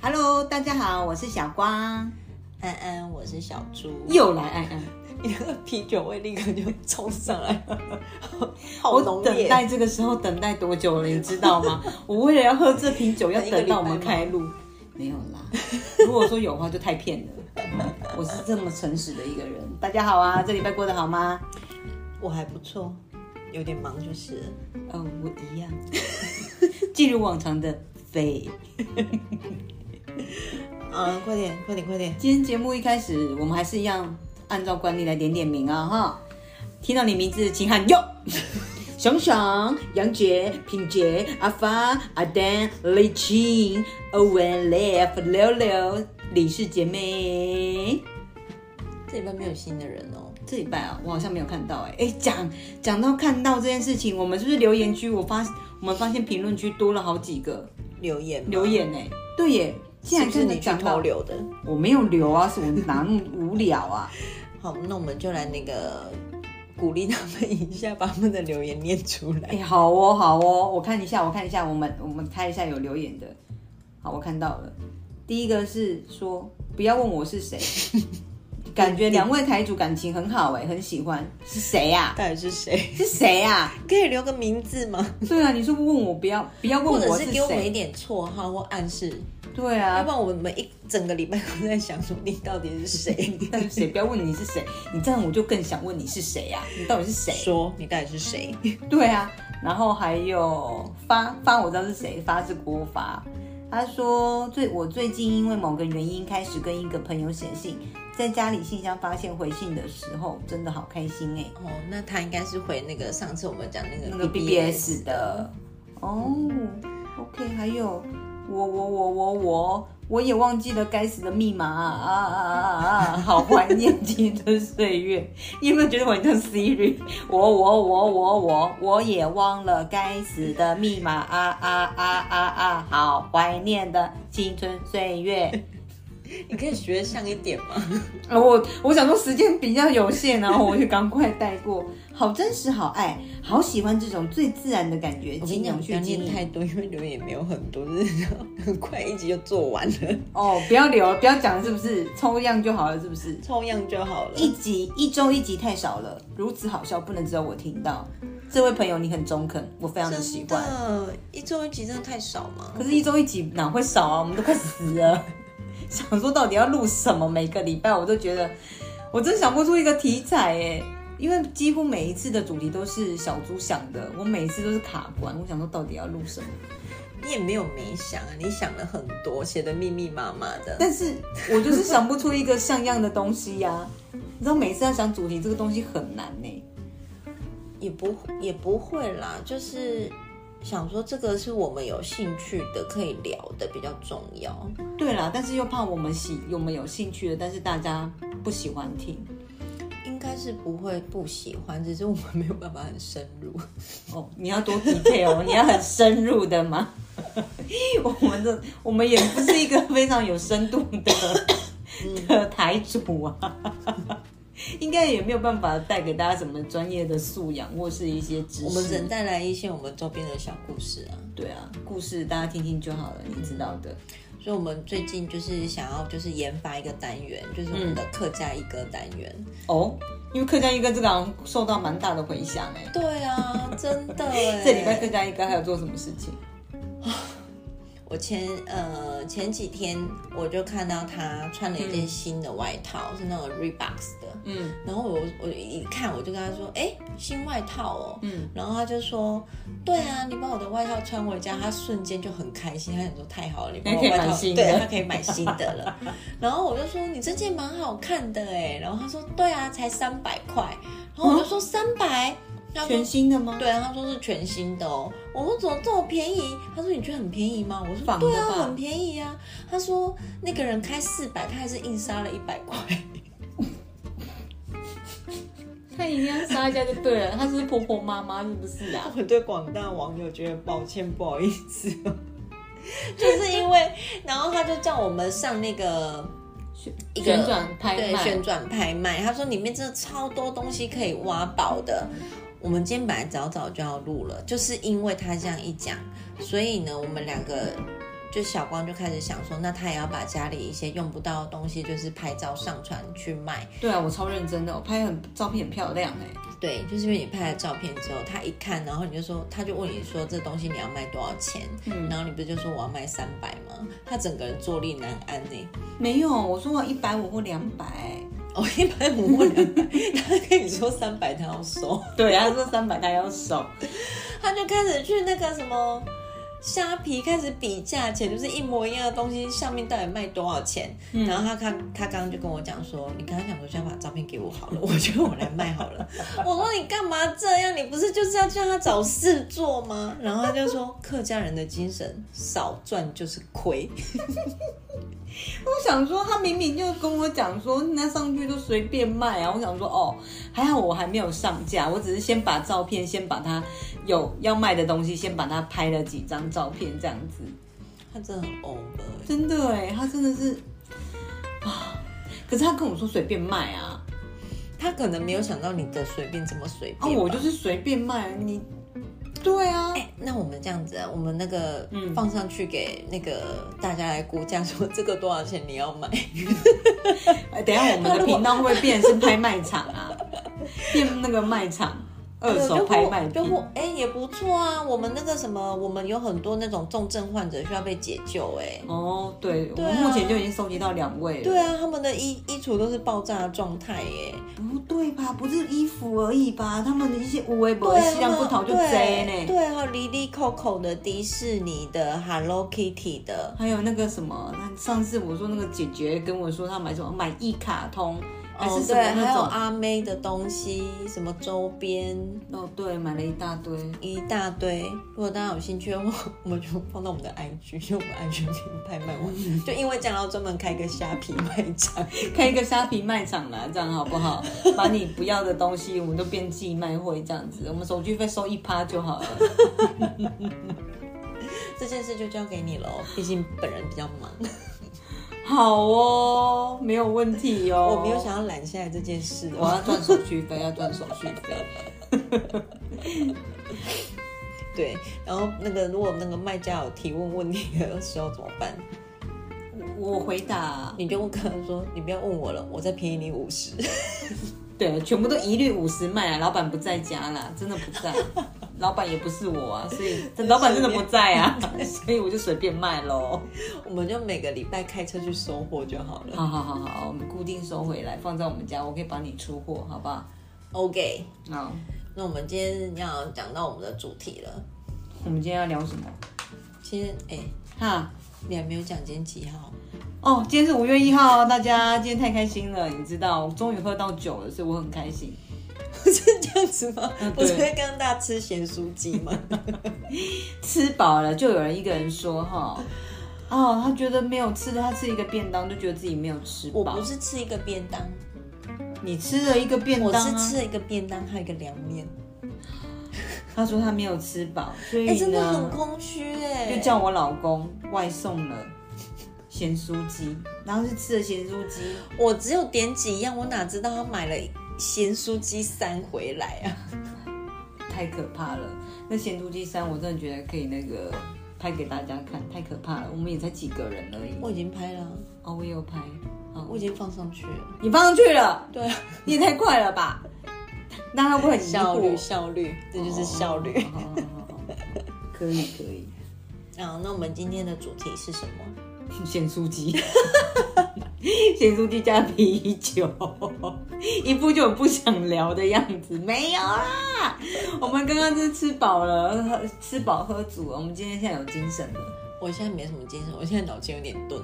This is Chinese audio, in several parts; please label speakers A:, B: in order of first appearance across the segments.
A: Hello，大家好，我是小光，
B: 安安，我是小猪。
A: 又来哎安安，
B: 你那个 啤酒味立刻就冲上来 了，好
A: 我
B: 浓
A: 等
B: 烈。
A: 待这个时候等待多久了，你知道吗？我为了要喝这瓶酒，要等到我们开录，没有啦。如果说有的话，就太骗了。嗯我是这么诚实的一个人。大家好啊，这礼拜过得好吗？
B: 我还不错，有点忙就是了。
A: 哦，我一样，进入往常的飞。
B: 嗯，快点，快点，快点。
A: 今天节目一开始，我们还是一样按照惯例来点点名啊哈。听到你名字，请 喊哟。熊熊、杨杰、品杰、阿发、阿丹、李青、欧文、Left、六六、李氏姐妹。
B: 这里边没有新的人哦。
A: 这礼拜啊，我好像没有看到哎、哎，讲讲到看到这件事情，我们是不是留言区？我发我们发现评论区多了好几个
B: 留言吗，
A: 留言哎、对耶，竟
B: 是
A: 然
B: 不是
A: 看得
B: 你去
A: 讲到
B: 偷留的？
A: 我没有留啊，是我哪那么 无聊啊？
B: 好，那我们就来那个鼓励他们一下，把他们的留言念出
A: 哎、
B: 来。
A: 好哦，好哦，我看一下，我看一下，我们我们看一下有留言的。好，我看到了，第一个是说不要问我是 谁，感觉两位台主感情很好哎、很喜欢，是谁呀、
B: 到底是谁？
A: 是谁呀、
B: 可以留个名字吗？
A: 对啊，你说问我不要不要问
B: 或者
A: 我
B: 是给我们一
A: 谁？
B: 点绰号或暗示，
A: 对
B: 要
A: 啊
B: 不，然我们一整个礼拜都在想说你到底是谁。
A: 但是谁不要问你是谁，你这样我就更想问你是谁呀、你到底是谁？
B: 说你到底是谁？
A: 对啊，然后还有发发，我知道是谁，发是郭发。他说最我最近因为某个原因开始跟一个朋友写信，在家里信箱发现回信的时候，真的好开心哎、
B: 哦，那他应该是回那个上次我们讲那
A: 那
B: 个
A: 个 BBS 的哦，OK，还有我我我我我我也忘记了该死的密码啊啊啊啊啊！好怀 念青春岁月，你有没有觉得我很像 Siri？我我我我我我也忘了该死的密码啊啊啊啊啊！好怀念的青春岁月。
B: 你可以学像一点吗？
A: 呃，我我想说时间比较有限，然后我就赶快带过。好真实，好爱，好喜欢这种最自然的感觉。
B: 我跟
A: 经
B: 你讲，
A: 常
B: 不
A: 去
B: 要
A: 经
B: 念
A: 营
B: 太多，因为留言也没有很多，就是很快一集就做完 了，
A: 哦，不要留，不要讲，是不是？抽样就好了，是不是？
B: 抽样就好了。
A: 一集一周一集太少了，如此好笑不能只有我听到。这位朋友你很中肯，我非常的喜欢。
B: 的，一周一集真的太少吗？
A: 可是，一周一集哪会少啊？我们都快死了。 想说到底要录什么？每个礼拜我都觉得，我真想不出一个题材哎，因为几乎每一次的主题都是小猪想的，我每一次都是卡关。我想说到底要录什么？
B: 你也没有没想啊，你想了很多，写的密密麻麻的。
A: 但是我就是想不出一个像样的东西呀、你知道每次要想主题这个东西很难呢、
B: 也不也不会啦，就是想说这个是我们有兴趣的，可以聊的比较重要。
A: 对啦，但是又怕我们喜我们有兴趣的，但是大家不喜欢听。
B: 应该是不会不喜欢，只是我们没有办法很深入。
A: 哦，你要多 detail，你 要很深入的吗？ 我们的我们也不是一个非常有深度
B: 嗯
A: 的 的台主啊，应该也没有办法带给大家什么专业的素养或是一些知识。
B: 我们只能带来一些我们周边的小故事啊。
A: 对啊，故事大家听听就好了，你知道的。
B: 所以，我们最近就是想要就是研发一个单元，就是我
A: 嗯
B: 们的客家一哥单元。
A: 哦，因为客家一哥这个好像受到蛮大的回响哎、
B: 对啊，真的欸 耶。
A: 这礼拜客家一哥还有做什么事情？
B: 我前呃前几天我就看到他穿了一件新的外套，是那个 Reeboks 的。
A: 嗯，
B: 然后我我一看我就跟他说，哎、新外套哦。嗯，然后他就说，对啊，你把我的外套穿回家，他瞬间就很开心，他想说太好了，你把我
A: 可以
B: 外
A: 买
B: 套，
A: 新的
B: 对他可以买新 的了。然后我就说你这件蛮好看的哎，然后他说对啊，才三百块。然后我就说三百，他说
A: 哦全新的吗？
B: 对，啊他说是全新的哦。我说怎么这么便宜？他说你觉得很便宜吗？我说
A: 仿的
B: 对啊，
A: 吧
B: 很便宜啊。他说那个人开四百，他还是硬杀了一百块。
A: 他一定要杀一下就对了，他是婆婆妈妈是不是 啊？
B: 我对广大网友觉得抱歉，不好意 思、哦，就是因为，然后他就叫我们上那个一个
A: 旋转拍
B: 对
A: 卖，
B: 旋转拍卖，他说里面真的超多东西可以挖宝的。我们今天本来早早就要录了，就是因为他这样一讲，所以呢，我们两个就小光就开始想说，那他也要把家里一些用不到的东西，就是拍照上传去卖。
A: 对啊，我超认真的，我拍很照片很漂亮哎、
B: 对，就是因为你拍了照片之后，他一看，然后你就说，他就问你说这东西你要卖多少钱？然后你不就说我要卖三百吗？他整个人坐立难安呢、
A: 没有，我说我一百五或两百。
B: 哦，一百五或两百， 他跟你说三百，他要收，
A: 对，啊他说三百他要收。
B: 他就开始去那个什么虾皮开始比价钱，就是一模一样的东西上面到底卖多少钱。
A: 嗯
B: 然后他看他刚刚就跟我讲说，你刚刚想说先把照片给我好了，我 觉得我来卖 好了。我说你干嘛这样？你不是就是要叫他找事做吗？然后他就说客家人的精神，少赚就是亏。
A: 我想说，他明明就跟我讲说，那上去就随便卖啊。我想说，哦，还好我还没有上架，我只是先把照片，先把它有要卖的东西，先把它拍了几张照片这样子。
B: 他真的很 over，
A: 真的哎，他真的是啊，可是他跟我说随便卖啊，
B: 他可能没有想到你的随便这么随便吧。
A: 啊，我就是随便卖，啊你对啊，
B: 哎、那我们这样子啊，我们那个
A: 嗯
B: 放上去给那个大家来估价，说这个多少钱你要买？
A: 哎，等一下我们的频道会不会变成是拍卖场啊，变那个卖场二手拍卖
B: 呃就
A: 品
B: 或哎、也不错啊。我们那个什么，我们有很多那种重症患者需要被解救、哎。
A: 哦，对，我
B: 啊
A: 们目前就已经收集到两位了。
B: 对啊，他们的衣衣橱都是爆炸的状态哎耶。
A: 不对吧？不是衣服而已吧？他们的一些无微博
B: 对啊，
A: 西洋不同就贼
B: 对
A: 呢。
B: 对，还有 Lily Coco 的、迪士尼的、Hello Kitty 的，
A: 还有那个什么，那上次我说那个姐姐跟我说她买什么买一卡通还是
B: 哦
A: 什
B: 对，
A: 么
B: 还
A: 那
B: 有
A: 种，
B: 阿妹的东西，什么周边，
A: 哦对，买了一大堆。
B: 一大堆。如果大家有兴趣的话，我们就放到我们的 IG，因为我们 IG 品牌卖完，就因为这样要专门开一个虾皮卖场。
A: 开一个虾皮卖场啦，这样好不好？把你不要的东西，我们都变寄卖会这样子，我们手续费收一趴就好了。
B: 这件事就交给你喽，毕竟本人比较忙，
A: 好哦，没有问题哦。
B: 我没有想要揽下来这件事
A: 我
B: 哦。
A: 要赚手续费，要赚手续费。
B: 对，然后那个如果那个卖家有提问问题的时候怎么办？
A: 我回答，
B: 你就问客人说：“你不要问我了，我再便宜你五十。
A: 对，全部都一律五十卖啊，老板不在家啦，真的不在，老板也不是我啊，所以老板真的不在 啊， 所以我就随便卖喽。”
B: 我们就每个礼拜开车去收货就好了。
A: 好好好好，我们固定收回来，放在我们家，我可以帮你出货，好不好？
B: OK，
A: 好，
B: 那我们今天要讲到我们的主题了。
A: 我们今天要聊什么？
B: 今天哎。
A: 哈，
B: 你还没有讲今天几号？
A: 哦，今天是五月一号哦，大家今天太开心了，你知道，我终于喝到酒了，所以我很开心。
B: 是这样子吗？
A: 嗯对
B: 不是刚刚大家吃咸酥鸡 吗？
A: 吃饱了，就有人一个人说哈，哦，他觉得没有吃的，他吃一个便当就觉得自己没有吃
B: 我
A: 饱
B: 不。是吃一个便当，
A: 你吃了一个便
B: 我
A: 当、啊，
B: 是吃了一个便当，还有一个凉面。
A: 他说他没有吃饱，所
B: 哎、
A: 以
B: 真的很
A: 呢，
B: 空虚哎、
A: 就叫我老公外送了咸酥鸡，然后是吃了咸酥鸡，
B: 我只有点几样，我哪知道他买了咸酥鸡三回来啊？
A: 太可怕了。那咸酥鸡三，我真的觉得可以那个拍给大家看，太可怕了。我们也才几个人而已。
B: 我已经拍了啊，
A: 哦，我也有拍，好，
B: 我已经放上去了。
A: 你放上去了，
B: 对啊，
A: 你也太快了吧？那他会很疑惑
B: 效率，效率，这就是效率。
A: 哦好好好好好可以可以，
B: 啊，那我们今天的主题是什么？
A: 咸酥鸡， 咸酥鸡加啤酒，一副就很不想聊的样子。没有啦，我们刚刚就是吃饱了，喝吃饱喝足了，我们今天现在有精神了。
B: 我现在没什么精神，我现在脑筋有点钝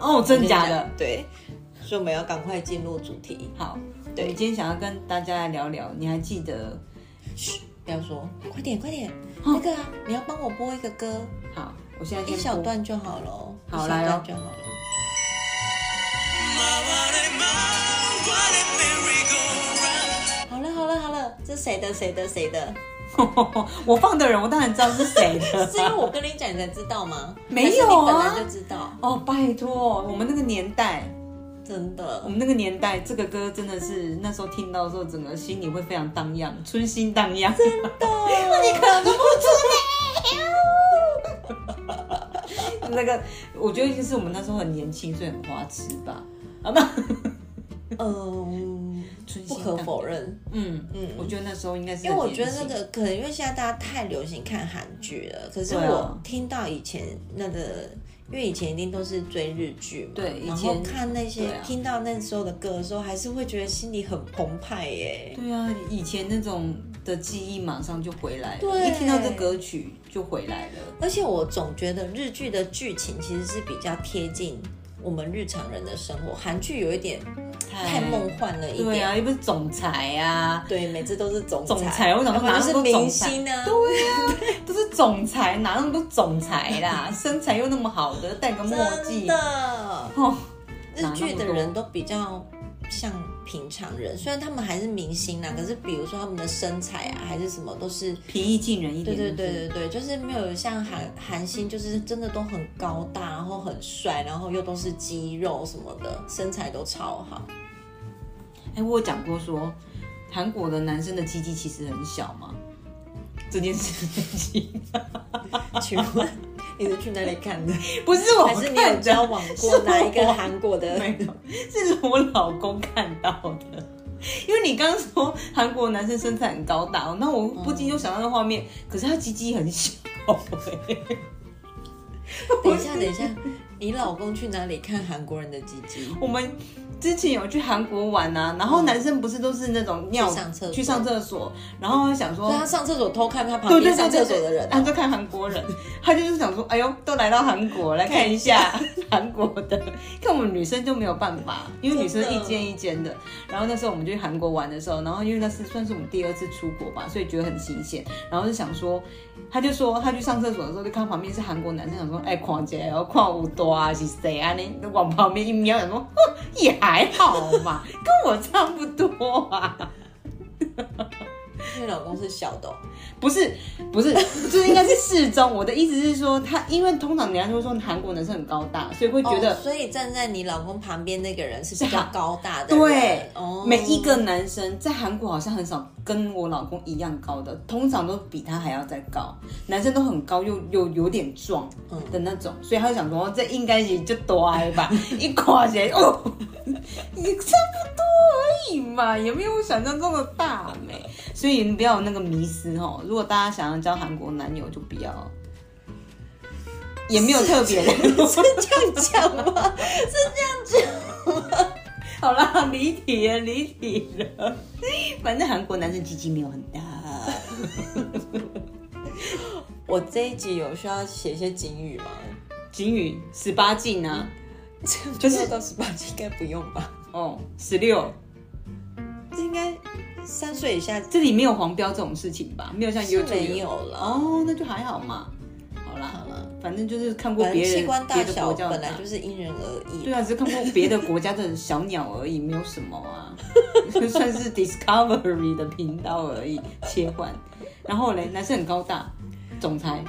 B: 哦。
A: 哦，真的假的？？
B: 对，所以我们要赶快进入主题。
A: 好，
B: 对
A: 我今天想要跟大家来聊聊，你还记得？
B: 不要说，快点快点，
A: 哦
B: 那个啊，你要帮我播一个歌，
A: 好，我现在
B: 一
A: 先
B: 小
A: 播
B: 段就好了哦，
A: 好
B: 一小
A: 来哦
B: 段就好了。好了好了好了，这谁的谁的谁的？
A: 我放的人，我当然知道是谁的。
B: 是因为我跟你讲你才知道吗？
A: 没有啊
B: 还是你本来就知道，
A: 哦，拜托，我们那个年代，
B: 真
A: 我
B: 的。
A: 们那个年代，这个歌真的是那时候听到的时候，整个心里会非常荡漾，春心荡漾。真的，那你可能不出 那个，我觉得就是我们那时候很年轻，所以很花痴吧。啊不，
B: 嗯，
A: 春
B: 不
A: 心
B: 可
A: 荡
B: 否认，
A: 嗯嗯
B: 嗯，
A: 我觉得那时候应该是
B: 因为我觉得
A: 很
B: 那
A: 年轻
B: 个可能因为现在大家太流行看韩剧了，可是
A: 对啊
B: 我听到以前那个，因为以前一定都是追日剧嘛，
A: 对以
B: 然后
A: 前
B: 看那些、
A: 对啊
B: 听到那时候的歌的时候，还是会觉得心里很澎湃耶。
A: 对啊，以前那种的记忆马上就回来了，
B: 对
A: 一听到这歌曲就回来了。
B: 而且我总觉得日剧的剧情其实是比较贴近我们日常人的生活，韩剧有一点太梦幻了一
A: 对
B: 点。
A: 啊，又不是总裁啊，
B: 对，每次都是总
A: 总裁我怎么
B: 要不然
A: 拿那
B: 就是
A: 么多
B: 明
A: 总裁
B: 星啊？
A: 都是总裁，哪那么多总裁 啦？身材又那么好的，戴个墨
B: 真
A: 镜，
B: 的。
A: 哦，
B: 日剧的人都比较像平常人，虽然他们还是明星啦，可是比如说他们的身材啊，还是什么都是，
A: 平易近人一
B: 对
A: 点。
B: 对对
A: 就是
B: 对对，就是没有像韩韩星，就是真的都很高大，然后很帅，然后又都是肌肉什么的，身材都超好。
A: 哎、我有讲过说，韩国的男生的鸡鸡其实很小嘛，这件事情
B: 请问你是去哪里 看的？
A: 不是我
B: 还是你有
A: 看的，
B: 交往过哪一个韩国 的？
A: 没有，是我老公看到的。因为你刚刚说韩国男生身材很高大哦，那我不禁就想到那画面，可是他鸡鸡很小、哎
B: 等一下，等一下，你老公去哪里看韩国人的鸡鸡？
A: 我们之前有去韩国玩啊，然后男生不是都是那种尿
B: 哦去上厕所啊
A: 去上厕所，然后想说
B: 所以他上厕所偷看他旁
A: 对对
B: 边
A: 对
B: 上厕所的人啊、
A: 他 就看韩国人，他就是想说，哎呦，都来到韩国来看一下 韩国的，看我们女生就没有办法，因为女生
B: 真的
A: 一间一间的。然后那时候我们就去韩国玩的时候，然后因为那是算是我们第二次出国吧，所以觉得很新鲜，然后就想说。他就说，他去上厕所的时候，就看旁边是韩国男生，想说，哎、看姐，然后看有多啊，是谁啊？你往旁边一瞄，想说，哼也还好嘛，跟我差不多啊。
B: 因为老公是小的哦、
A: 不是不是， 就是应该是适中。我的意思是说，他因为通常人家都说韩国男生很高大，所以会觉
B: 哦
A: 得啊
B: 所以站在你老公旁边那个人是比较高大的人，
A: 对
B: 哦，
A: 每一个男生在韩国好像很少跟我老公一样高的，通常都比他还要再高。男生都很高又又有点壮的那种，所以他就想说，这应该也就多矮吧， 一垮起来哦，也差不多而已嘛，也没有我想象中的大美。所以你不要有那个迷思哦，如果大家想要交韩国男友，就不要。也没有特别的，
B: 是这样讲吗？
A: 好啦，离题了，离题了。反正韩国男生鸡鸡没有很呃大，
B: 我这一集有需要写一些警语吗？
A: 金宇十八禁啊，
B: 就是到十八禁应该不用吧？
A: 哦，十六，
B: 这应该三岁以下
A: 这里没有黄标这种事情吧？没有像
B: 就
A: YouTube
B: 没有了。
A: 哦，那就还好嘛。好啦好啦，反正就是看过
B: 反正
A: 别
B: 器
A: 人
B: 官
A: 别
B: 大
A: 的
B: 小
A: 国家的
B: 本
A: 大
B: 来就是因人而 异。
A: 对啊，只是看过别的国家的小鸟而已，没有什么 啊，就算是 Discovery 的频道而已切换。然后嘞，男生很高大，总裁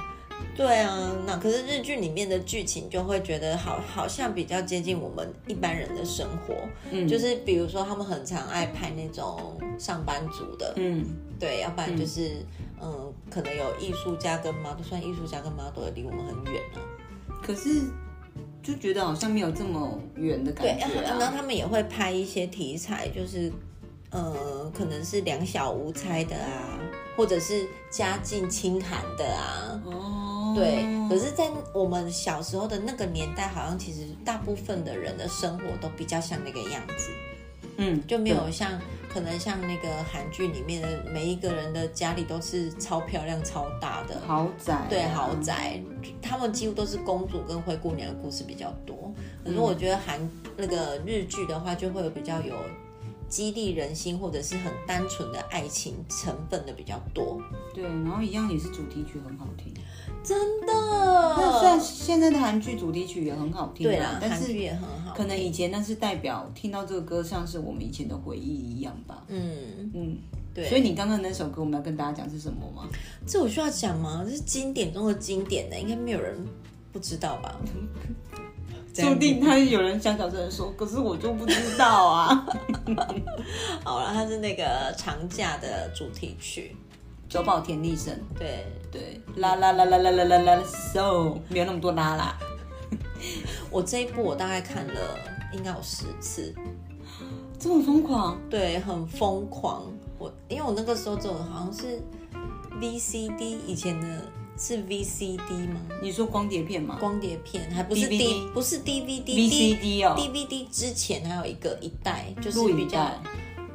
B: 对啊，那可是日剧里面的剧情就会觉得好，好像比较接近我们一般人的生活。
A: 嗯
B: 就是比如说他们很常爱拍那种上班族的，
A: 嗯，
B: 对，要不然就是嗯可能有艺术家跟 model，虽然艺术家跟 model 离我们很远啊，
A: 可是就觉得好像没有这么远的
B: 对
A: 感，觉
B: 然后
A: 啊。
B: 然后他们也会拍一些题材，就是呃，可能是两小无猜的啊，或者是家境清寒的啊。
A: 哦，
B: 对，可是，在我们小时候的那个年代，好像其实大部分的人的生活都比较像那个样子，
A: 嗯，
B: 就没有
A: 对
B: 像可能像那个韩剧里面的每一个人的家里都是超漂亮、超大的，
A: 豪宅啊、
B: 对豪宅，他们几乎都是公主跟灰姑娘的故事比较多。可是我觉得韩那个日剧的话，就会有比较有激励人心或者是很单纯的爱情成分的比较多。
A: 对，然后一样也是主题曲很好听。
B: 真的，
A: 那虽然现在的韩剧主题曲也很好听
B: 对
A: 啊
B: 啦，，
A: 但
B: 韩
A: 是
B: 剧也很好，
A: 可能以前那是代表听到这个歌像是我们以前的回忆一样吧。
B: 嗯，
A: 嗯，
B: 对
A: 所以你刚刚那首歌我们要跟大家讲是什么吗？
B: 这我需要讲吗？这是经典中的经典的，应该没有人不知道 吧？这样
A: 说不定他有人小小声说，可是我就不知道 啊。
B: 好了，它是那个长假的主题曲，
A: 久保田利生，
B: 对。
A: 对，啦啦啦啦啦啦啦啦，so 没有那么多啦啦。
B: 我这一部我大概看了应该有十次，
A: 这么疯狂，
B: 对，很疯狂。我因为我那个时候走的好像是 VCD，以前的是 VCD 吗？
A: 你说光碟片吗
B: 光碟片还不是
A: DVD
B: D，不是 DVD，DVD
A: ？VCD 哦，
B: 之前还有一个一代，就是
A: 录
B: 比
A: 影
B: 较
A: 带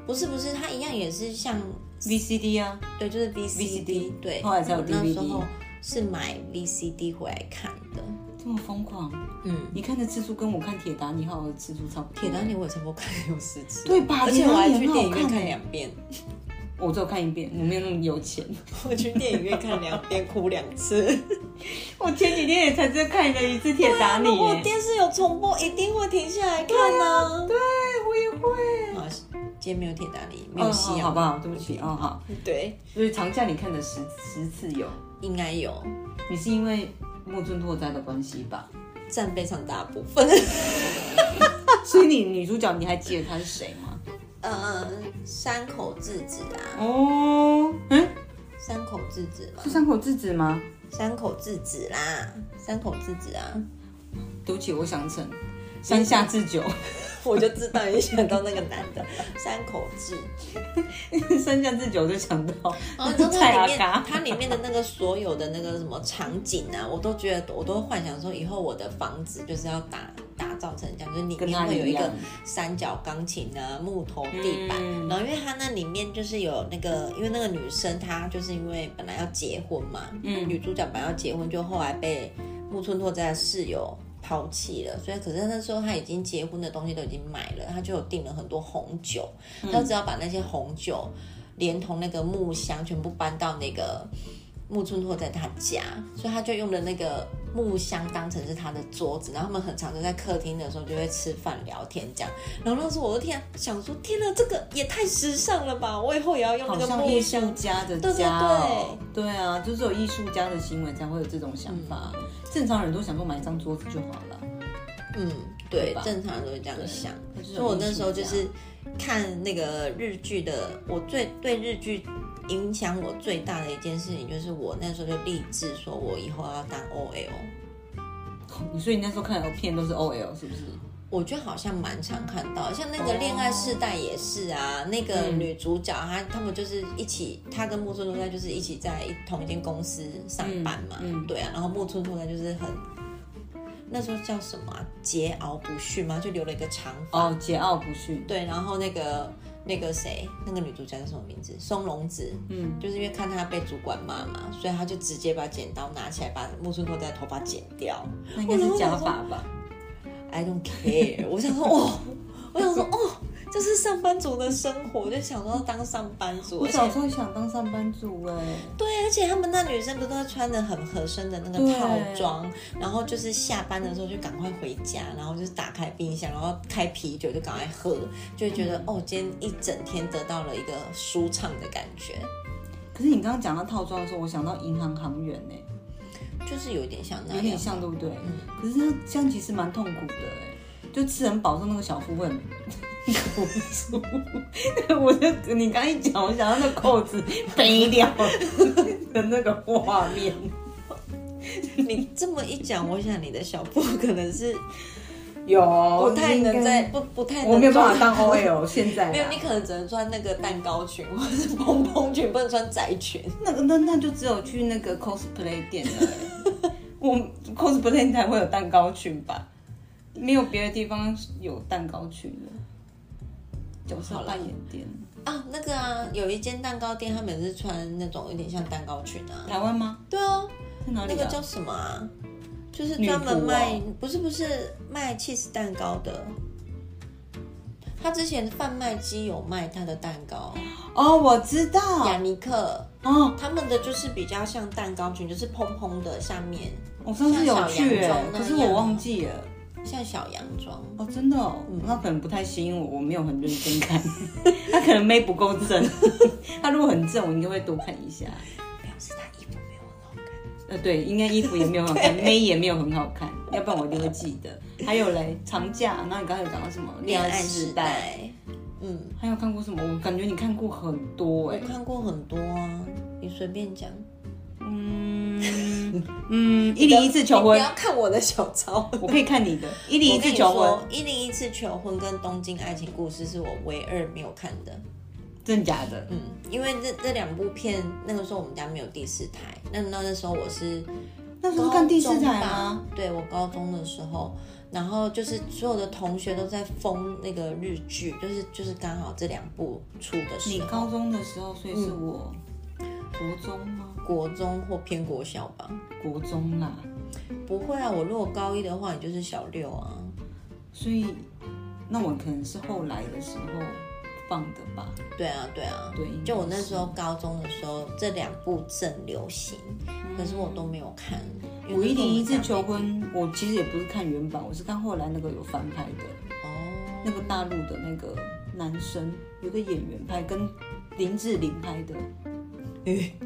B: 不是不是，它一样也是像
A: ，VCD 啊，
B: 对，就是
A: VCD
B: VCD，对，
A: 后来才有
B: 我那
A: DVD
B: 时候是买 VCD 回来看的，
A: 这么疯狂，
B: 嗯。
A: 你看的次数跟我看铁达尼号的次数差不多。
B: 铁达尼我也差不多看了有十次，
A: 对吧
B: 而且我还去电影
A: 铁达尼很好
B: 院
A: 看欸
B: 看两遍，
A: 我只有看一遍，我没有那么有钱。
B: 我去电影院看两遍，哭两次。
A: 我前几天也才真看了一次铁达尼
B: 如果
A: 耶，
B: 电视有重播，一定会停下来看呢、
A: 对我也会。
B: 好，今天没有铁达尼，没
A: 哦，
B: 有啊夕
A: 好
B: 阳，
A: 好不好？对不起，哦好。
B: 对，
A: 所以长假你看了十十次有，
B: 应该有
A: 你是因为木村拓哉的关系吧？
B: 占非常大部 分。
A: 所以你女主角你还记得她是谁吗？
B: 嗯，山口智子啊，
A: 哦，嗯，
B: 山口智子嘛
A: 是，山口智子吗？
B: 山口智子啦，山口智子啊，
A: 对不起，我想成山下智久，
B: 我就知道你想到那个男的，山口智
A: 山下智久就想到
B: 然后从
A: 蔡阿
B: 它哦里面
A: 啊嘎，
B: 它里面的那个所有的那个什么场景啊，我都觉得，我都幻想说，以后我的房子就是要打打造成这样，就是里
A: 跟他
B: 面会有
A: 一
B: 一
A: 样
B: 个。三角钢琴啊、木头地板。
A: 嗯
B: 然后，因为它那里面就是有那个，因为那个女生她就是因为本来要结婚嘛，
A: 嗯
B: 女主角本来要结婚，就后来被木村拓哉的室友。抛弃了，所以可是那时候她已经结婚的东西都已经买了，她就有订了很多红酒，
A: 嗯
B: 她只要把那些红酒连同那个木箱全部搬到那个木村拓哉他家，所以他就用的那个木箱当成是他的桌子，然后他们很常就在客厅的时候就会吃饭聊天这样。然后那时候我就天啊想说，天哪，这个也太时尚了吧！我以后也要用
A: 好
B: 那个
A: 像
B: 木
A: 艺术
B: 箱。
A: 家的
B: 对对
A: 家、哦，对啊，就是有艺术家的行为才会有这种想法。正常人都想说买一张桌子就好了。
B: 嗯，对
A: 对吧，
B: 正常人都会这样想。
A: 对就是
B: 所以我那时候就
A: 有艺
B: 是看那个日剧的，我最对日剧影响我最大的一件事情，就是我那时候就立志说，我以后要当 OL。
A: 所以你那时候看的片都是 OL 是不是？
B: 我觉得好像蛮常看到，像那个《恋爱世代》也是啊，那个
A: 嗯
B: 女主角她他们就是一起，她跟木村拓哉就是一起在一同一间公司上班嘛，
A: 嗯嗯
B: 对啊，然后木村拓哉就是很那时候叫什么啊桀、骜不驯嘛，就留了一个长发，
A: 哦，桀骜不驯。
B: 对，然后那个那个谁，那个女主角叫什么名字？松隆子，
A: 嗯，
B: 就是因为看她被主管骂嘛，所以她就直接把剪刀拿起来把木村拓哉的头发剪掉，
A: 那应该是假发吧？
B: I don't care。我想说，哦，我想说，哦，这是上班族的生活，我就想说当上班族，
A: 我
B: 而且
A: 小时候想当上班族哎、
B: 对，而且他们那女生不都穿的很合身的那个
A: 对
B: 套装，然后就是下班的时候就赶快回家，然后就是打开冰箱，然后开啤酒就赶快喝，就会觉
A: 嗯
B: 得、哦，今天一整天得到了一个舒畅的感觉，
A: 可是你刚刚讲到套装的时候，我想到银行行员哎、
B: 就是有点像那
A: 有点
B: 样。
A: 像对不对？可是它这样其实蛮痛苦的哎、就吃很饱之后那个小腹会很口出。我就 你刚一讲，我想到那扣子飞掉的那个画面。
B: 你这么一讲，我想你的小布可能是
A: 有，
B: 不
A: 我
B: 太能在不不太能
A: 我没有办法
B: 做
A: 当 OL 现在啊。
B: 没有，你可能只能穿那个蛋糕裙 或者是蓬蓬裙，不能穿窄裙。
A: 那个那那就只有去那个 cosplay 店了 欸、我 cosplay 才会有蛋糕裙吧，没有别的地方有蛋糕裙了。角色扮演店，
B: 啊，那个啊，有一间蛋糕店，他们也是穿那种有点像蛋糕裙啊。
A: 台湾吗？
B: 对啊，啊
A: 在哪里、
B: 那
A: 啊？
B: 个叫什么啊？就是专门
A: 女仆哦
B: 卖，不是不是卖 cheese 蛋糕的。他之前贩卖机有卖他的蛋糕，
A: 哦，我知道。
B: 雅尼克
A: 哦，
B: 他们的就是比较像蛋糕裙，就是蓬蓬的下面
A: 我上次有去、
B: 像小洋
A: 欸
B: 装，那
A: 可是我
B: 样啊
A: 忘记了。
B: 像小洋装。
A: 哦，真的哦，
B: 嗯
A: 那可能不太吸引我，我没有很认真看。 他可能眉不够正， 他如果很正，我应该会多看一下。
B: 表示他衣服没有很好看。
A: 呃，对，应该衣服也没有很好 看，妹也没有很好看，要不然我就会记得。还有嘞，长假，那你刚才有讲到什么
B: 恋
A: 恋
B: 爱
A: 爱
B: 时
A: 时代，
B: 代，嗯。
A: 还有看过什么？我感觉你看过很多哎、
B: 我看过很多啊，你随便讲。
A: 嗯， 嗯嗯，一零一次求婚
B: 你不，要看我的小抄。
A: 我可以看你的，一零一次求婚，，
B: 一零一次求婚跟《东京爱情故事》是我唯二没有看的。
A: 真假的？
B: 嗯，因为这这两部片那个时候我们家没有第四台，那那那时候我是
A: 那时候
B: 高
A: 是看第四
B: 中
A: 台
B: 吧
A: 吗？？
B: 对我高中的时候，然后就是所有的同学都在疯那个日剧，就是就是刚好这两部出的时
A: 你
B: 候，嗯
A: 高中的时候，所以是我国中吗？
B: 国中或偏国小吧？
A: 国中啦，
B: 不会啊，我如果高一的话，你就是小六啊。
A: 所以那我可能是后来的时候放的吧。
B: 对啊，对啊，
A: 对应该
B: 就我那时候高中的时候，这两部正流行，可是我都没有看。因
A: 我
B: 为
A: 嗯一零一次
B: 那时候
A: 求
B: 我们家
A: 婚，我其实也不是看原版，我是看后来那个有翻拍的，
B: 没
A: 那个大陆的那个男生有个演员拍，跟林志玲拍的。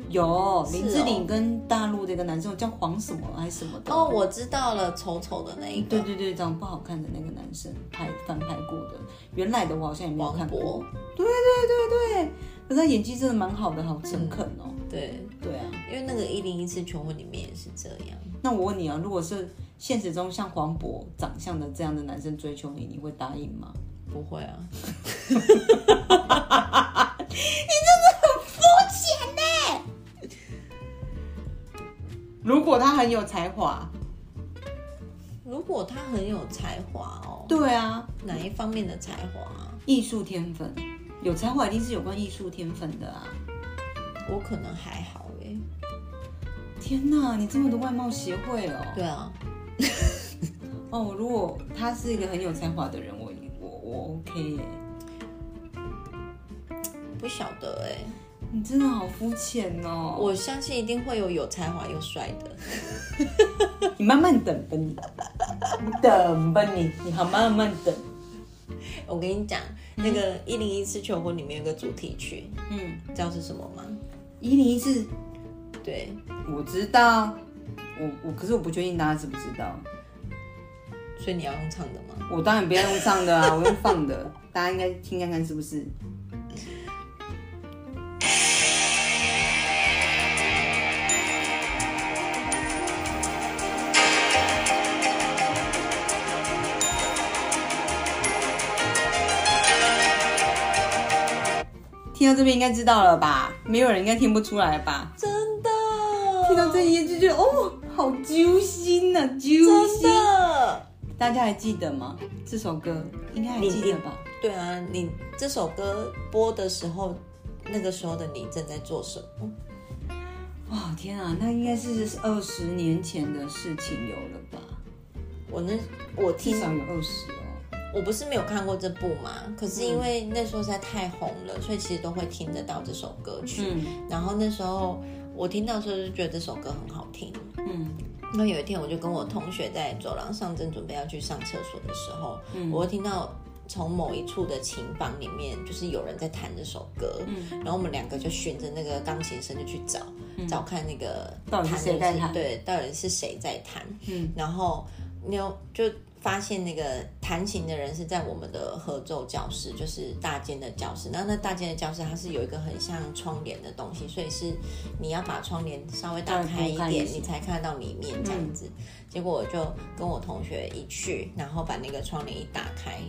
A: 有
B: 是哦
A: 林志玲跟大陆的一个男生叫黄什么啊还是什么的
B: 哦哦，我知道了，丑丑的那一个，
A: 对对对，长得不好看的那个男生拍翻拍过的，原来的我好像也没有
B: 王
A: 看过
B: 博。，
A: 可是他演技真的蛮好的，好诚恳哦。
B: 对，
A: 对啊，
B: 因为那个一零一次求婚里面也是这样，
A: 那我问你啊，如果是现实中像黄渤长相的这样的男生追求你，你会答应吗？
B: 不会啊，
A: 如果他很有才华，
B: 如果他很有才华哦，
A: 对啊，
B: 哪一方面的才华啊、
A: 艺术天分，有才华一定是有关艺术天分的啊！
B: 我可能还好哎、
A: 天哪，你这么的外貌协会哦。
B: 对啊，
A: 哦，如果他是一个很有才华的人，我我我 OK 耶。
B: 不晓得哎、
A: 你真的好肤浅哦！
B: 我相信一定会有有才华又帅的。
A: 你慢慢等吧 你，你等吧你，你好慢慢等。
B: 我跟你讲，那个一零一次求婚里面有个主题曲，
A: 嗯，
B: 你知道是什么吗？
A: 一零一次
B: 对，
A: 我知道，我我可是我不确定大家知不知道。
B: 所以你要用唱的吗？
A: 我当然不要用唱的啊，我用放的，大家应该听看看是不是？听到这边应该知道了吧？没有人应该听不出来吧？
B: 真的，
A: 听到这一页就觉得哦，好揪心呐、揪
B: 真
A: 心！啊
B: 的，
A: 大家还记得吗？这首歌应该还
B: 你
A: 记得吧？
B: 对啊，你这首歌播的时候，那个时候的你正在做什么？
A: 哇天啊，那应该是二十年前的事情有了吧？
B: 我那我听
A: 至少有二十哦。
B: 我不是没有看过这部嘛，可是因为那时候实在太红了，所以其实都会听得到这首歌曲。
A: 嗯
B: 然后那时候我听到的时候就觉得这首歌很好听。
A: 嗯
B: 那有一天我就跟我同学在走廊上正准备要去上厕所的时候，
A: 嗯
B: 我就听到从某一处的琴房里面就是有人在弹这首歌，
A: 嗯
B: 然后我们两个就循着那个钢琴声就去找。找看那个
A: 嗯到底是谁在
B: 的
A: 弹
B: 对，到底是谁在弹？
A: 嗯
B: 然后你有就发现那个弹琴的人是在我们的合奏教室，就是大间的教室。然后那大间的教室它是有一个很像窗帘的东西，所以是你要把窗帘稍微打开一
A: 打开一
B: 点，
A: 些
B: 你才看得到里面这样子。结果我就跟我同学一去，然后把那个窗帘一打开，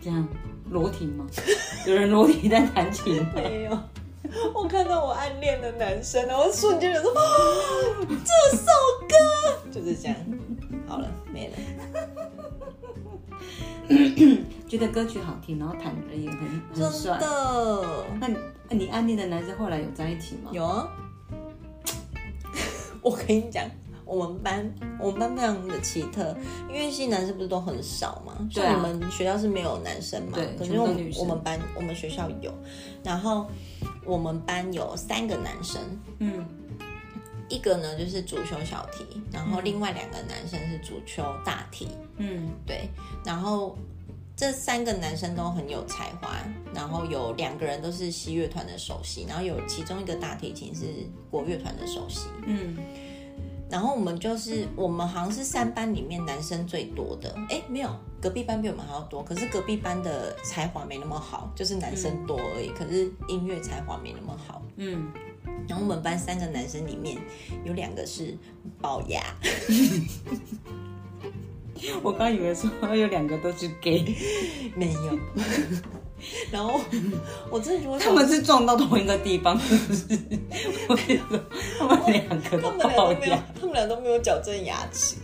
A: 这样裸体吗？ 有人裸体在弹琴吗？
B: 没有。哎 我看到我暗恋的男生，然后瞬间就 说：“ 啊，这首歌就是这样。”好了，没了。
A: 觉得歌曲好听，然后弹的也很很
B: 真
A: 帅。
B: 的
A: 那你你暗恋的男生后来有在一起吗？
B: 有啊！ 我跟你讲，我们班我们班非常的奇特，因为系男生不是都很少嘛，
A: 对啊
B: 像你们学校是没有男生嘛，
A: 对
B: 可
A: 全
B: 是
A: 部
B: 我
A: 都
B: 们
A: 女生
B: 我们班我们学校有，然后我们班有三个男生，
A: 嗯
B: 一个呢就是主修小题，然后另外两个男生是主修大题，
A: 嗯
B: 对，然后这三个男生都很有才华，然后有两个人都是西乐团的首席，然后有其中一个大提琴是国乐团的首席，
A: 嗯，
B: 然后我们就是我们好像是三班里面男生最多的，哎，没有，隔壁班比我们还要多，可是隔壁班的
A: 嗯
B: 才华没那么好，就是男生多而已，可是音乐才华没那么好。
A: 嗯
B: 然后我们班三个男生里面有两个是龅牙，
A: 我刚以为说有两个都是 gay，
B: 没有。 然后我真的觉得
A: 他们是撞到同一个地方，是不是？ 我跟你说，他们两个
B: 他
A: 都
B: 们俩都
A: 龅
B: 没有
A: 牙。，
B: 他们俩都没有矫正牙齿。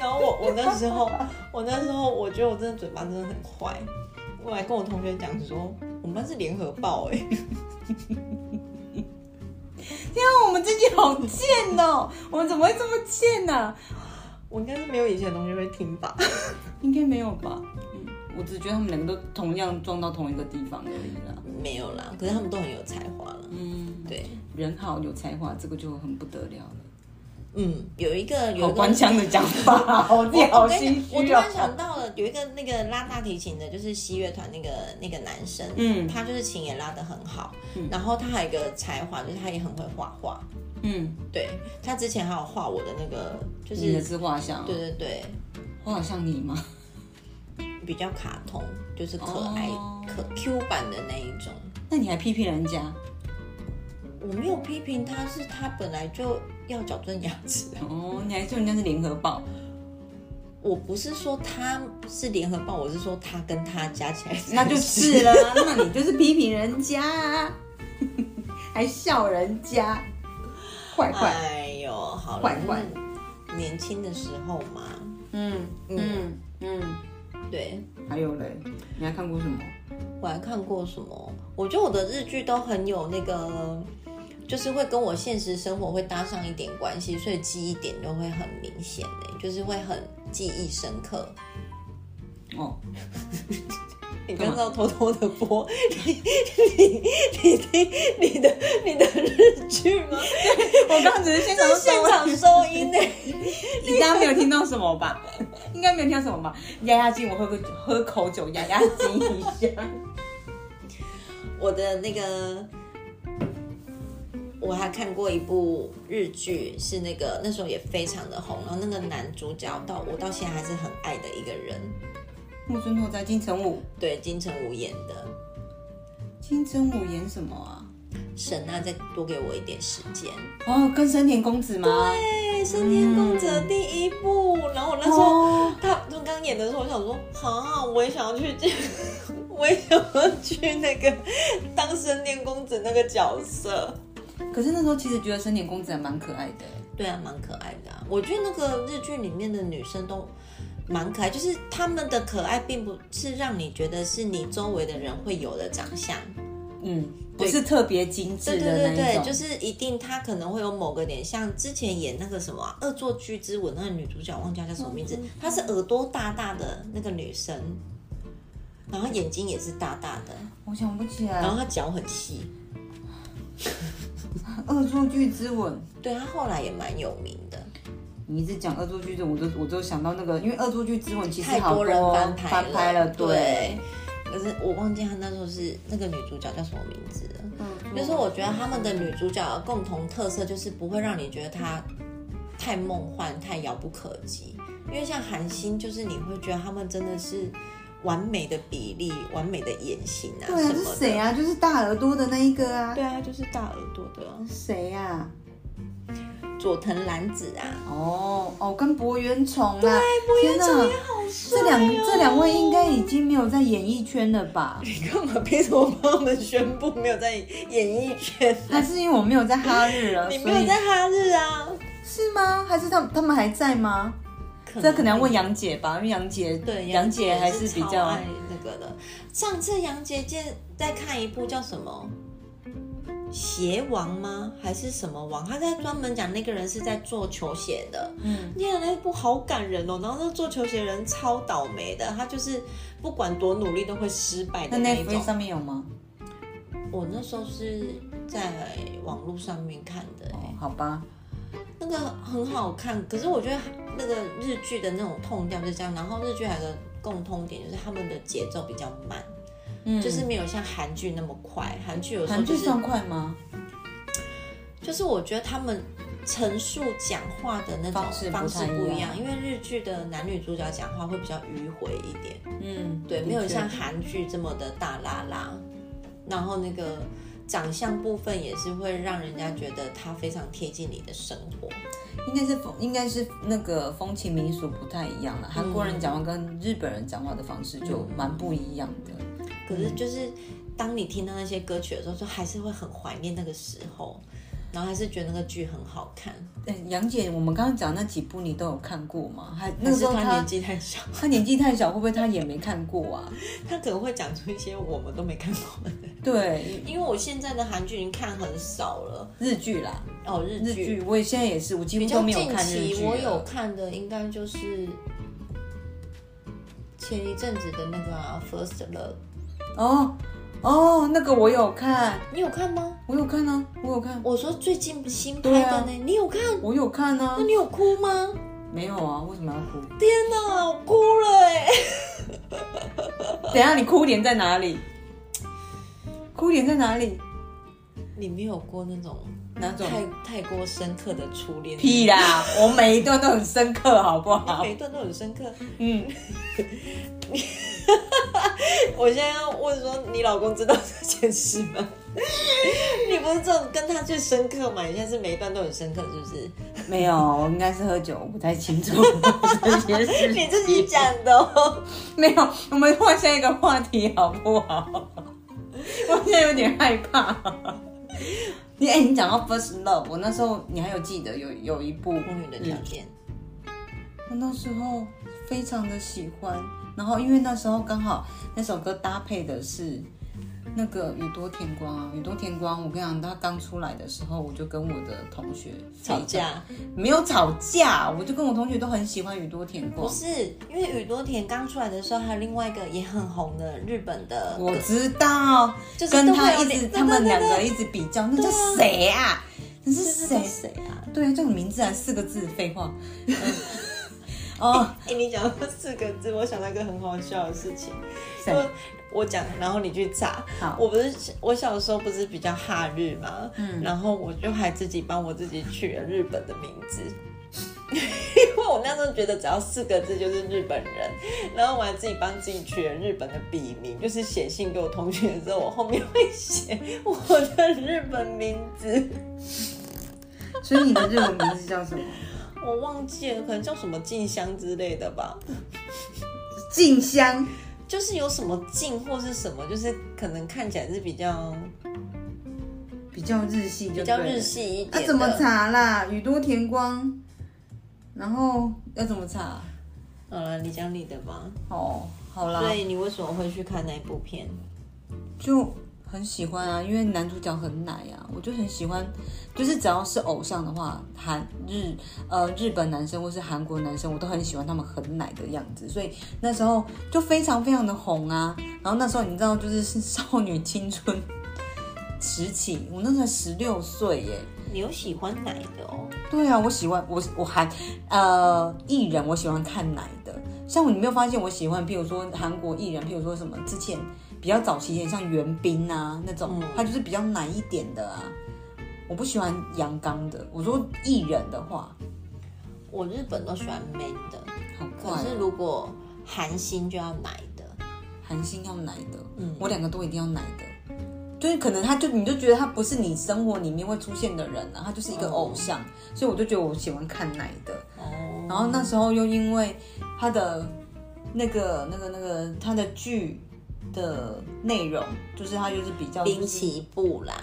B: 然后我我那时候，我那时候我觉得我真的嘴巴真的很坏，我还跟我同学讲说，我们班是联合报哎、
A: 天啊，我们自己好贱哦！ 我们怎么会这么贱呢、
B: 我应该是没有以前的同学会听吧。
A: 应该没有吧？嗯，我只觉得他们两个都同样撞到同一个地方而已啦。
B: 没有啦，可是他们都很有才华了。
A: 嗯，
B: 对，
A: 人好有才华，这个就很不得了了。
B: 嗯，有一个有
A: 好
B: 一
A: 官
B: 个。
A: 腔的讲法， 我自己
B: 我
A: 好
B: 跟
A: 心
B: 你讲，我突
A: 虚哦
B: 然。想到了，有一个那个拉大提琴的，就是西乐团那个那个男生，
A: 嗯
B: 他就是琴也拉得很好，然后他还有一个才华，就是他也很会画画，
A: 嗯，
B: 对他之前还有画我的那个，就
A: 你的
B: 是
A: 是画像，哦
B: 对，对对，
A: 我好像你吗？
B: 比较卡通，就是可爱、
A: 哦
B: 可 Q 版的那一种。
A: 那你还批评人家？
B: 我没有批评他，是他本来就要矫正牙齿。
A: 哦，你还说人家是联合报？
B: 我不是说他是联合报，我是说他跟他加起来，
A: 那 就是了，那你就是批评人家啊， 还笑人家，坏坏。
B: 哎呦，好了，
A: 坏坏
B: 就是年轻的时候嘛，
A: 嗯嗯嗯，
B: 对
A: 还有嘞，你还看过什么？
B: 我还看过什么？我觉得我的日剧都很有那个，就是会跟我现实生活会搭上一点关系，所以记忆点就会很明显的、就是会很记忆深刻。
A: 哦，
B: 你刚刚偷偷的播，你你你你你的你的日剧吗？
A: 我刚刚只是现场
B: 这是现场收音欸呢、
A: 你刚刚没有听到什么吧？ 应该没有听到什么吧？压压惊，我喝个喝口酒压压惊一下。
B: 我的那个，我还看过一部日剧，是那个那时候也非常的红，然后那个男主角到我到现在还是很爱的一个人，
A: 木村拓哉、金城武，
B: 对金城武演的。
A: 金城武演什么啊？
B: 神啊，再多给我一点时间。嗯
A: 哦，跟森田公子吗？
B: 对，《升天公主》第一部，然后我那时候、
A: 哦，
B: 他他刚演的时候，我想说，啊，我也想要去， 我也想要去那个当神殿公子那个角色。
A: 可是那时候其实觉得森田公子还蛮可爱的。
B: 对啊，蛮可爱的、啊。我觉得那个日剧里面的女生都蛮可爱，就是她们的可爱，并不是让你觉得是你周围的人会有的长相。
A: 嗯，不是特别精致
B: 对
A: 的那
B: 对对
A: 一种。
B: 对，就是一定她可能会有某个点，像之前演那个什么啊《恶作剧之吻》那个女主角，忘记她叫什么名字，
A: 嗯
B: 她是耳朵大大的那个女生，然后眼睛也是大大的，
A: 我想不起来
B: 然。后她脚很细。
A: 恶作剧之吻，
B: 对她后来也蛮有名的，
A: 你一直讲恶作剧之吻，我都我都想到那个，因为恶作剧之吻其实
B: 太
A: 好
B: 多人翻拍
A: 翻拍了，对。
B: 对。可是我忘记她那时候是那个女主角叫什么名字了。
A: 嗯
B: 就是我觉得他们的女主角的共同特色就是不会让你觉得她太梦幻、太遥不可及。因为像韩星，就是你会觉得他们真的是完美的比例、完美的眼型啊
A: 对
B: 什
A: 啊，
B: 么
A: 是
B: 的。
A: 谁啊？就是大耳朵的那一个啊。
B: 对啊，就是大耳朵的啊
A: 谁呀、
B: 佐藤蓝子啊，
A: 哦哦，跟博元崇啊，天
B: 原
A: 哪，
B: 好帅哦
A: 这两这两位应该已经没有在演艺圈了吧？
B: 你干嘛凭什么帮我们宣布没有在演艺圈？
A: 还是因为我没有在哈日了，
B: 你
A: 啊所
B: 没有
A: 以
B: 在哈日啊？
A: 是吗？还是他们他们还在吗？这可能要问杨姐吧，因为杨姐
B: 对
A: 杨姐还
B: 是
A: 是比
B: 超
A: 较
B: 爱那个的。上次杨姐姐在看一部叫什么《鞋王》吗？还是什么王？她在专门讲那个人是在做球鞋的。
A: 嗯
B: 念的那一部好感人哦，然后那做球鞋的人超倒霉的，他就是不管多努力都会失败的
A: 那
B: 那一
A: Netflix
B: 种。
A: 上面有吗？
B: 我那时候是在网络上面看的、欸，
A: 哦，好吧，
B: 那个很好看，可是我觉得那个日剧的那种痛调就是这样，然后日剧还有个共通点就是他们的节奏比较慢，
A: 嗯，
B: 就是没有像韩剧那么快。韩剧有时候
A: 韩
B: 就
A: 剧
B: 是
A: 算快吗？
B: 就是我觉得他们陈述讲话的那种
A: 方式不
B: 方式
A: 太
B: 不
A: 一样
B: 一样，因为日剧的男女主角讲话会比较迂回一点，
A: 嗯，
B: 对，
A: 的
B: 没有
A: 确
B: 像韩剧这么的大啦啦，然后那个。长相部分也是会让人家觉得他非常贴近你的生活。
A: 应该是风，应该是那个风情民俗不太一样
B: 嗯
A: 了。韩国人讲话跟日本人讲话的方式就蛮不一样的。
B: 可
A: 嗯
B: 是就是当你听到那些歌曲的时候，就还是会很怀念那个时候，然后还是觉得那个剧很好看。
A: 哎、杨姐，我们刚刚讲那几部你都有看过吗？还那
B: 但
A: 个
B: 是
A: 时候
B: 他
A: 她
B: 年纪太小，
A: 她年纪太小，会不会她也没看过啊？
B: 他可能会讲出一些我们都没看过的。
A: 对，
B: 因为我现在的韩剧已经看很少了，
A: 日剧啦，
B: 哦，日
A: 日
B: 剧。
A: 剧，我也现在也是，我几
B: 比
A: 乎
B: 较
A: 都没有
B: 近
A: 看日
B: 期
A: 剧了。
B: 我有看的应该就是前一阵子的那个、啊《First Love》，
A: 哦哦，那个我有看，
B: 你有看吗？
A: 我有看啊，我有看，
B: 我说最近新拍
A: 对
B: 的
A: 啊
B: 呢，你有看？
A: 我有看啊
B: 那，你有哭吗？
A: 没有啊，为什么要哭？
B: 天哪，我哭了哎、
A: 等一下你哭点在哪里？哭点在哪里？
B: 你没有过那种
A: 哪种？
B: 太太过深刻的初恋？
A: 屁 啦！我每一段都很深刻，好不好
B: 每？一段都很深刻。
A: 嗯，
B: 我现在要问说，你老公知道这件事吗？ 你不是这种跟他最深刻吗？你现在是每一段都很深刻，是不是？
A: 没有，我应该是喝酒，我不太清楚这些事。
B: 你自己讲的、哦。
A: 没有，我们换下一个话题好不好？ 我现在有点害怕。 你哎、你讲到 first love，我那时候你还有记得有有一部
B: 魔女的条件，
A: 嗯我那时候非常的喜欢，然后因为那时候刚好那首歌搭配的是那个宇多田光啊，宇多田光，我跟你讲，他刚出来的时候，我就跟我的同学
B: 吵，架
A: 没有吵架，我就跟我同学都很喜欢宇多田
B: 不
A: 光。
B: 是因为宇多田刚出来的时候，还有另外一个也很红的日本的歌，
A: 我知道，
B: 就是
A: 跟
B: 都会
A: 他
B: 有
A: 一直
B: 点
A: 他们
B: 对对
A: 两
B: 对
A: 个一直比较，那叫谁啊？那是
B: 是谁
A: 谁？
B: 谁啊？
A: 对啊，这种名字啊，四个字，废话。嗯哦，
B: 哎、你讲到四个字，我想到一个很好笑的事情，
A: 谁？
B: 我我讲，然后你去查。
A: 好
B: 我不是我小时候不是比较哈日嘛，嗯，然后我就还自己帮我自己取了日本的名字。 因为我那时候觉得只要四个字就是日本人，然后我还自己帮自己取了日本的笔名，就是写信给我同学的时候，我后面会写我的日本名字，
A: 所以你的日文名字叫什么？
B: 我忘记了，可能叫什么静香之类的吧，
A: 静香。
B: 就是有什么静或是什么，就是可能看起来是比较
A: 比较日系就
B: 比
A: 对
B: 较
A: 了，
B: 日系一点
A: 那、
B: 的。
A: 怎么查啦？宇多田光，然后要怎么查？
B: 好了，你讲你的吧。
A: 哦，好嗯啦，
B: 所以你为什么会去看那一部片？
A: 就很喜欢啊，因为男主角很奶啊，我就很喜欢，就是只要是偶像的话，韩日呃日本男生或是韩国男生，我都很喜欢他们很奶的样子，所以那时候就非常非常的红啊。然后那时候你知道，就是 是少女青春时期，我那时候才十六岁耶，
B: 你有喜欢奶的哦？
A: 对啊，我喜欢我我还呃艺人，我喜欢看奶的。像我，你没有发现我喜欢，譬如说韩国艺人，譬如说什么之前比较早期一点，像袁彬啊那种，
B: 嗯
A: 他就是比较奶一点的啊。我不喜欢阳刚的。我说艺人的话，
B: 我日本都喜欢 man 的，
A: 好怪、
B: 可是
A: 哦，
B: 如果韩星就要奶的。
A: 韩星要奶的，
B: 嗯
A: 我两个都一定要奶的。就是可能他就你就觉得他不是你生活里面会出现的人啊，他就是一个
B: 哦
A: 偶像，所以我就觉得我喜欢看奶的。
B: 哦，
A: 然后那时候又因为他的那个、那个、那个他的剧的内容，就是他就是比较
B: 滨崎步啦，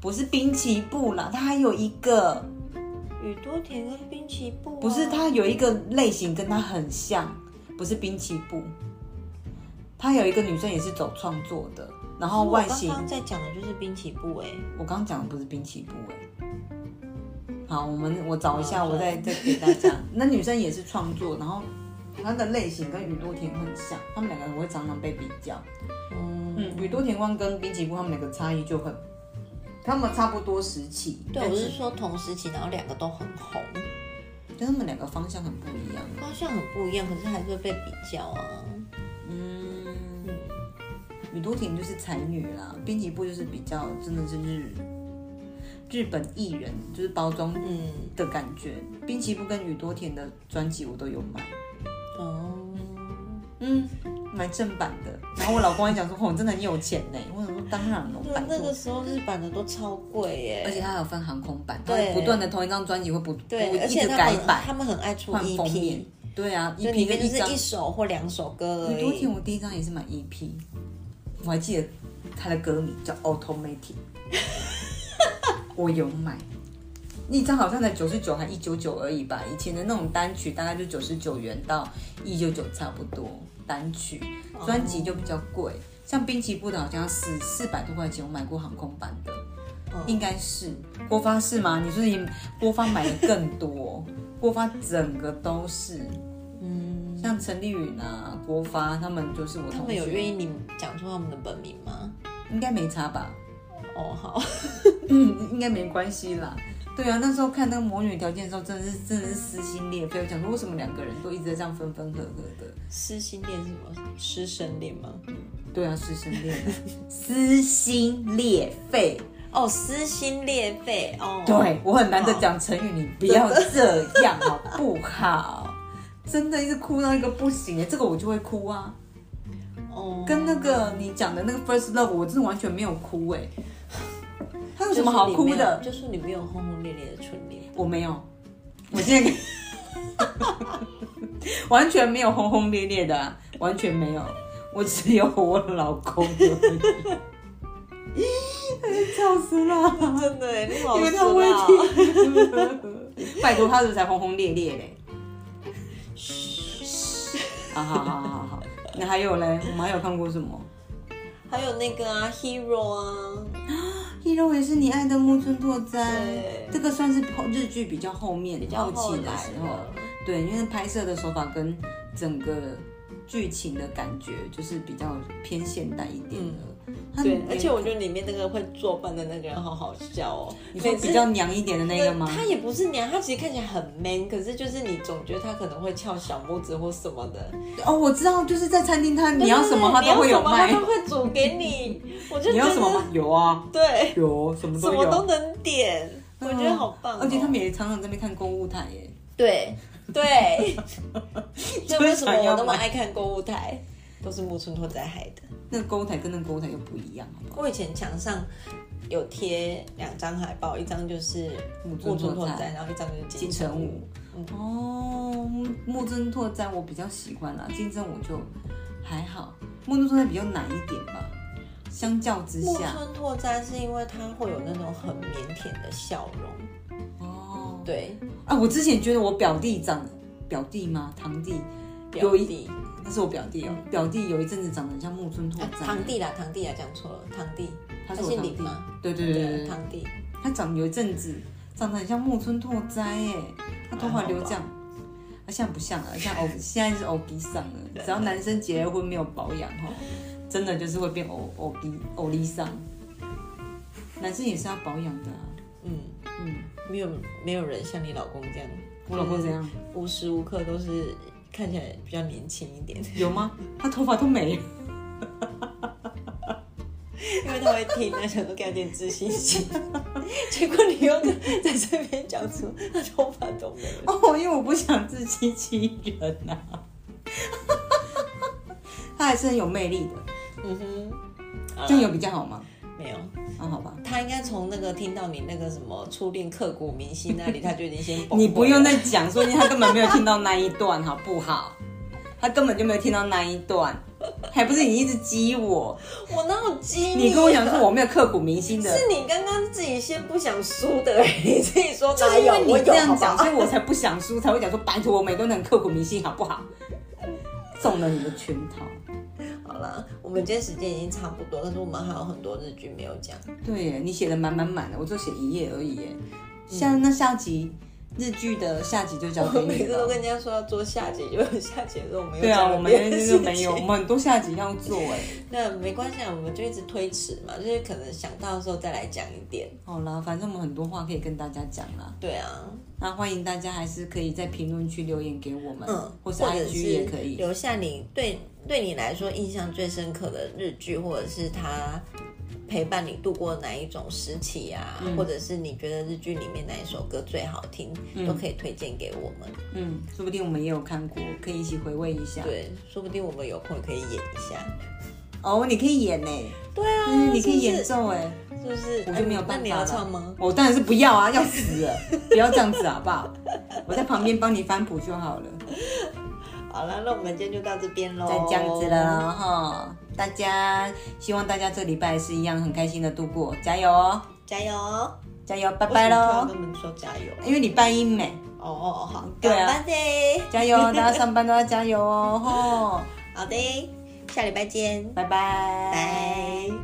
A: 不是滨崎步啦，他还有一个
B: 宇多田跟滨崎步、啊
A: 不是，他有一个类型跟他很像，不是滨崎步，他有一个女生也是走创作的，然后外形
B: 我刚刚在讲的就是滨崎步哎、
A: 我刚刚讲的不是滨崎步哎、好，我们我找一下，
B: 哦
A: 我再再给大家。 那女生也是创作，然后她的类型跟宇多田很像，他们两个人会常常被比较。
B: 嗯
A: 嗯，宇多田光跟滨崎步他们两个差异就很，他们差不多时期，
B: 对，
A: 但
B: 我
A: 是
B: 是说同时期，然后两个都很红，
A: 但他们两个方向很不一样。
B: 方向很不一样，可是还是会被比较啊。
A: 嗯，宇多田就是才女啦，滨崎步就是比较真的是日日本艺人，就是包装
B: 嗯，
A: 的感觉。滨
B: 嗯
A: 崎步跟宇多田的专辑我都有买。
B: 哦，
A: 嗯，买正版的。然后我老公还讲说，哦，你真的很有钱呢。我想说，当然了，我
B: 对
A: 百，
B: 那
A: 度
B: 个，时候日版的都超贵欸耶，
A: 而且它还有分航空版，它
B: 对
A: 会不断的同一张专辑会不不
B: 对，而
A: 一
B: 且
A: 直
B: 他
A: 改
B: 们
A: 版
B: 他们很爱出
A: 换封面
B: EP，。
A: 对啊，一
B: 就里
A: 批
B: 面
A: 跟
B: 就
A: 一张
B: 是一首或两首歌而
A: 宇多
B: 已
A: 田，。我第一张也是买 EP，我还记得他的歌名叫 Automatic，我有买。一张好像才九十九还一九九而已吧，以前的那种单曲大概就九十九元到一九九差不多，单曲专辑就比较贵，像滨崎步的好像要四四百多块钱，我买过航空版的，
B: 哦
A: 应该是郭发是吗？你说你郭发买的更多， 郭发整个都是，
B: 嗯，
A: 像陈丽允啊、郭发他们就是我
B: 他
A: 同
B: 们有
A: 学，
B: 愿意你讲出他们的本名吗？
A: 应该没差吧？
B: 哦，好，
A: 嗯，应该没关系啦。对啊，那时候看那个《魔女条件》的时候，真的是真的是撕心裂肺。我想说，为什么两个人都一直在这样分分合合的？
B: 师心恋是什么？师生恋吗？
A: 对啊，师生恋啊，撕心裂肺。
B: 哦，撕心裂肺哦，
A: 对我很难得讲成语，你不 要这样好不好？真的一直哭到一个不行哎，这个我就会哭啊。
B: 哦，
A: 跟那个你讲的那个 first love，我真的完全没有哭哎。他有什么好哭的？
B: 就是你没有轰轰烈烈的春联，
A: 我没有，我现在完全没有轰轰烈烈的啊、完全没有，我只有我老公而已。笑死了，
B: 真的耶，你好
A: 因为他
B: 色啊
A: 会听。拜托，他这才轰轰烈烈嘞。好好好好好，那还有嘞？我们还有看过什么
B: 还有那个啊，Hero 啊，
A: ？Hero 也是你爱的木村拓哉
B: 对，
A: 这个算是后日剧比较后面比
B: 比较
A: 后
B: 后
A: 期的
B: 来
A: 时候。
B: 的，
A: 对，因为拍摄的手法跟整个剧情的感觉就是比较偏现代一点的。它
B: 嗯对
A: 里，面
B: 而且我觉得里面那个会作伴的那个人好好笑哦，
A: 你说
B: 每次
A: 比较娘一点的那个吗？
B: 他也不是娘，他其实看起来很 man，可是就是你总觉得他可能会翘小拇指或什么的。
A: 哦，我知道，就是在餐厅他你要什么他
B: 对对对
A: 都会有卖
B: 你要什么他，都会煮给你。 我就
A: 你
B: 觉
A: 要什么
B: 得
A: 吗有啊
B: 对，
A: 有，什么
B: 什
A: 都
B: 么
A: 有。嗯
B: 都能点，我觉得好棒哦。
A: 而且他们也常常在那边看购物台耶。
B: 对 对，那为什么
A: 想要
B: 我那么
A: 买
B: 爱看购物台？都是木村拓哉害的。
A: 那个购物台跟那个购物台又不一样，啊好不好？
B: 我以前墙上有贴两张海报，一张就是
A: 木
B: 木
A: 村
B: 村
A: 拓
B: 拓
A: 哉
B: 哉，然后一张就是金
A: 金
B: 城
A: 城
B: 武。
A: 武。哦，木木村拓哉我比较喜欢啦，金城武就还好，木村拓哉比较难一点吧，相较之
B: 木
A: 下。
B: 村拓哉是因为他会有那种很腼腆的笑容，
A: 哦，
B: 对，
A: 啊，我之前觉得我表弟长表弟吗？堂弟，
B: 表
A: 一
B: 弟，
A: 那是我表弟哦。表弟有一阵子长得很像木村拓
B: 嗯啊
A: 哉，
B: 堂弟啦，堂弟啦，讲错了，堂弟，
A: 他
B: 他
A: 是我
B: 姓
A: 堂
B: 林
A: 弟
B: 吗？。
A: 对对对对对，
B: 堂弟，
A: 他长得有一阵子长得很像木村拓哉耶，他头发留这样。他现在不像了，现在欧现在是欧弟上了。只要男生结了婚没有保养哈，真的就是会变欧欧弟欧弟上。男生也是要保养的啊。
B: 嗯，
A: 嗯，
B: 没有没有人像你老公这样，
A: 我老公怎样？
B: 无时无刻都是看起来比较年轻一点，
A: 有吗？他头发都没了。
B: 因为他会听，他想说给他点自信心， 结果你又在这边讲出他头发都没了，
A: 哦，因为我不想自欺欺人呐、啊。 他还是很有魅力的，
B: 嗯哼，好啦
A: 这样有比较好吗？
B: 没有？
A: 啊，好吧，
B: 他应该从那个听到你那个什么初恋刻骨铭心那里，他就已经先崩溃了
A: 你不用再讲，说不定他根本没有听到那一段，好不 好？他根本就没有听到那一段，还不是你一直激我？
B: 我哪有激
A: 你跟我讲说我没有刻骨铭心的，
B: 是你刚刚自己先不想输的而已，你自己说
A: 就
B: 哪
A: 是因
B: 有
A: 为
B: 我
A: 你
B: 有
A: 这样讲，
B: 好不好
A: 所以我才不想输，才会讲说拜托我每个人都很刻骨铭心，好不好？中了你的圈套。
B: 好了，我们今天时间已经差不多，但是我们还有很多日剧没有 讲。
A: 对耶，你写的满满满的，我就写一页而已耶。下、那下集日剧的下集就交
B: 我
A: 给你
B: 每次都
A: 了
B: 跟。人家说要做下集，就下集的时候我们又
A: 对啊，
B: 讲了
A: 我们
B: 别的
A: 那边
B: 事
A: 就
B: 情
A: 没有，我。们很多下集要做哎。
B: 那没关系啊，我们就一直推迟嘛，就是可能想到的时候再来讲一点。
A: 好啦，反正我们很多话可以跟大家讲啦。
B: 对啊，
A: 那欢迎大家还是可以在评论区留言给我们，
B: 嗯，
A: 或是
B: 或者
A: IG
B: 是
A: 也可以。
B: 留下你对对你来说印象最深刻的日剧，或者是它陪伴你度过哪一种时期啊，
A: 嗯
B: 或者是你觉得日剧里面哪一首歌最好听，都可以推荐给我们。
A: 嗯，说不定我们也有看过，可以一起回味一下。
B: 对，说不定我们有空也可以演一下。
A: 哦，你可以演呢、
B: 对啊，
A: 嗯，你可以
B: 是不
A: 演
B: 是
A: 奏哎、
B: 是不是？嗯
A: 我就没有办法了
B: 那你要唱吗？
A: 我当然是不要啊，要死了！不要这样子好不好？我在旁边帮你翻谱就好了，
B: 好了，那我们今天就到这边喽，
A: 再这样子
B: 哦
A: 了哈。大家希望大家这礼拜是一样很开心的度过，加油哦，
B: 加油哦！
A: 加油，拜拜喽！
B: 跟我们说加油。啊
A: 因为礼拜一没，
B: 哦哦哦，好，
A: 对啊
B: 干杯
A: 加油，大家上班都要加油哦，吼，
B: 好的，下礼拜见，
A: 拜拜，
B: 拜。